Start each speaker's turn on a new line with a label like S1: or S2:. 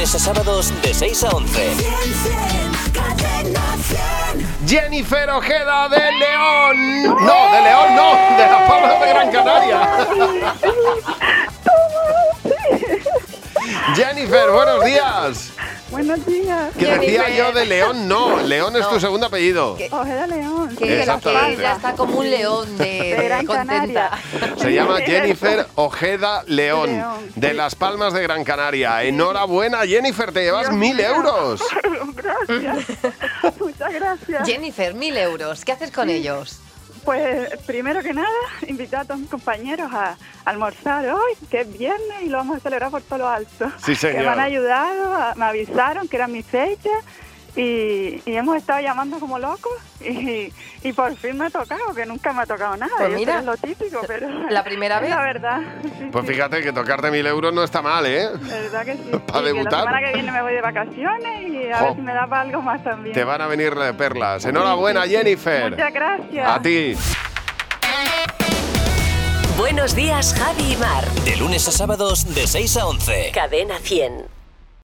S1: a sábados de 6 a 11.
S2: Jennifer Ojeda de León. No, de León no, de Las Palmas de Gran Canaria. Jennifer, buenos días.
S3: Buenos días.
S2: Que decía yo de León, no. León es tu segundo apellido.
S3: Ojeda León.
S4: Que que la
S2: Exactamente.
S4: Keila está como un león de,
S3: De Gran
S4: contenta.
S3: Canaria.
S2: Se llama Jennifer Ojeda León,
S3: León.
S2: de Las Palmas de Gran Canaria. Enhorabuena, Jennifer, te llevas mil euros.
S3: gracias. Muchas gracias.
S4: Jennifer, mil euros. ¿Qué haces con ellos?
S3: Pues primero que nada, invitar a todos mis compañeros a almorzar hoy, que es viernes y lo vamos a celebrar por todo lo alto.
S2: Sí, señor.
S3: Que me han ayudado, a- me avisaron que era mi fecha y, y hemos estado llamando como locos y, y por fin me ha tocado, que nunca me ha tocado nada.
S4: Pues
S3: Yo sé
S4: mira,
S3: que es lo típico, pero...
S4: la primera
S3: es
S4: vez.
S3: La verdad. Sí,
S2: Pues
S3: sí,
S2: fíjate que tocarte mil euros no está mal, ¿eh?
S3: la verdad que sí.
S2: para
S3: Y que
S2: debutar.
S3: La semana que viene me voy de vacaciones y a
S2: Jo.
S3: ver si me da para algo más también.
S2: Te van a venir eh, perlas. Enhorabuena, Jennifer.
S3: Muchas gracias.
S2: A ti.
S5: Buenos días, Javi y Mar.
S1: De lunes a sábados de 6 a 11.
S5: Cadena 100.